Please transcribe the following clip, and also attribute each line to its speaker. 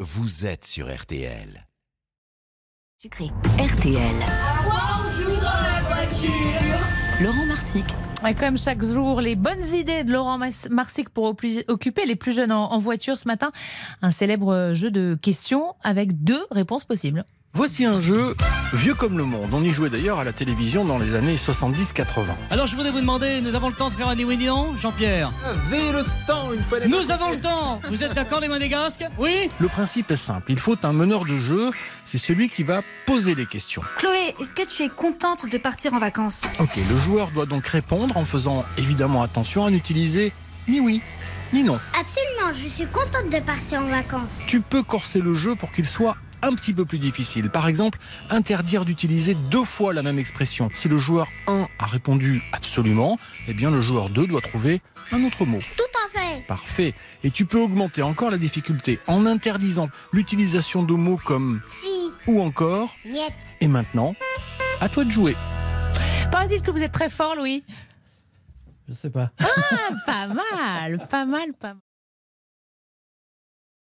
Speaker 1: vous êtes sur RTL.
Speaker 2: Sucré. RTL. Laurent Marsic.
Speaker 3: Et comme chaque jour, les bonnes idées de Laurent Mas- Marsic pour opli- occuper les plus jeunes en, en voiture ce matin. Un célèbre jeu de questions avec deux réponses possibles.
Speaker 4: Voici un jeu vieux comme le monde. On y jouait d'ailleurs à la télévision dans les années 70-80.
Speaker 5: Alors je voudrais vous demander, nous avons le temps de faire un oui ni non, Jean-Pierre
Speaker 6: Avez le temps une fois
Speaker 5: Nous avons le temps Vous êtes d'accord les monégasques Oui
Speaker 4: Le principe est simple. Il faut un meneur de jeu. C'est celui qui va poser les questions.
Speaker 7: Chloé, est-ce que tu es contente de partir en vacances
Speaker 4: Ok, le joueur doit donc répondre en faisant évidemment attention à n'utiliser ni oui ni non.
Speaker 8: Absolument, je suis contente de partir en vacances.
Speaker 4: Tu peux corser le jeu pour qu'il soit un petit peu plus difficile. Par exemple, interdire d'utiliser deux fois la même expression. Si le joueur 1 a répondu absolument, eh bien le joueur 2 doit trouver un autre mot.
Speaker 8: Tout à fait.
Speaker 4: Parfait. Et tu peux augmenter encore la difficulté en interdisant l'utilisation de mots comme
Speaker 8: Si,
Speaker 4: ou encore.
Speaker 8: niette.
Speaker 4: Et maintenant, à toi de jouer.
Speaker 3: Paraît-il que vous êtes très fort, Louis
Speaker 6: Je sais pas.
Speaker 3: Pas Ah, mal, pas mal, pas mal.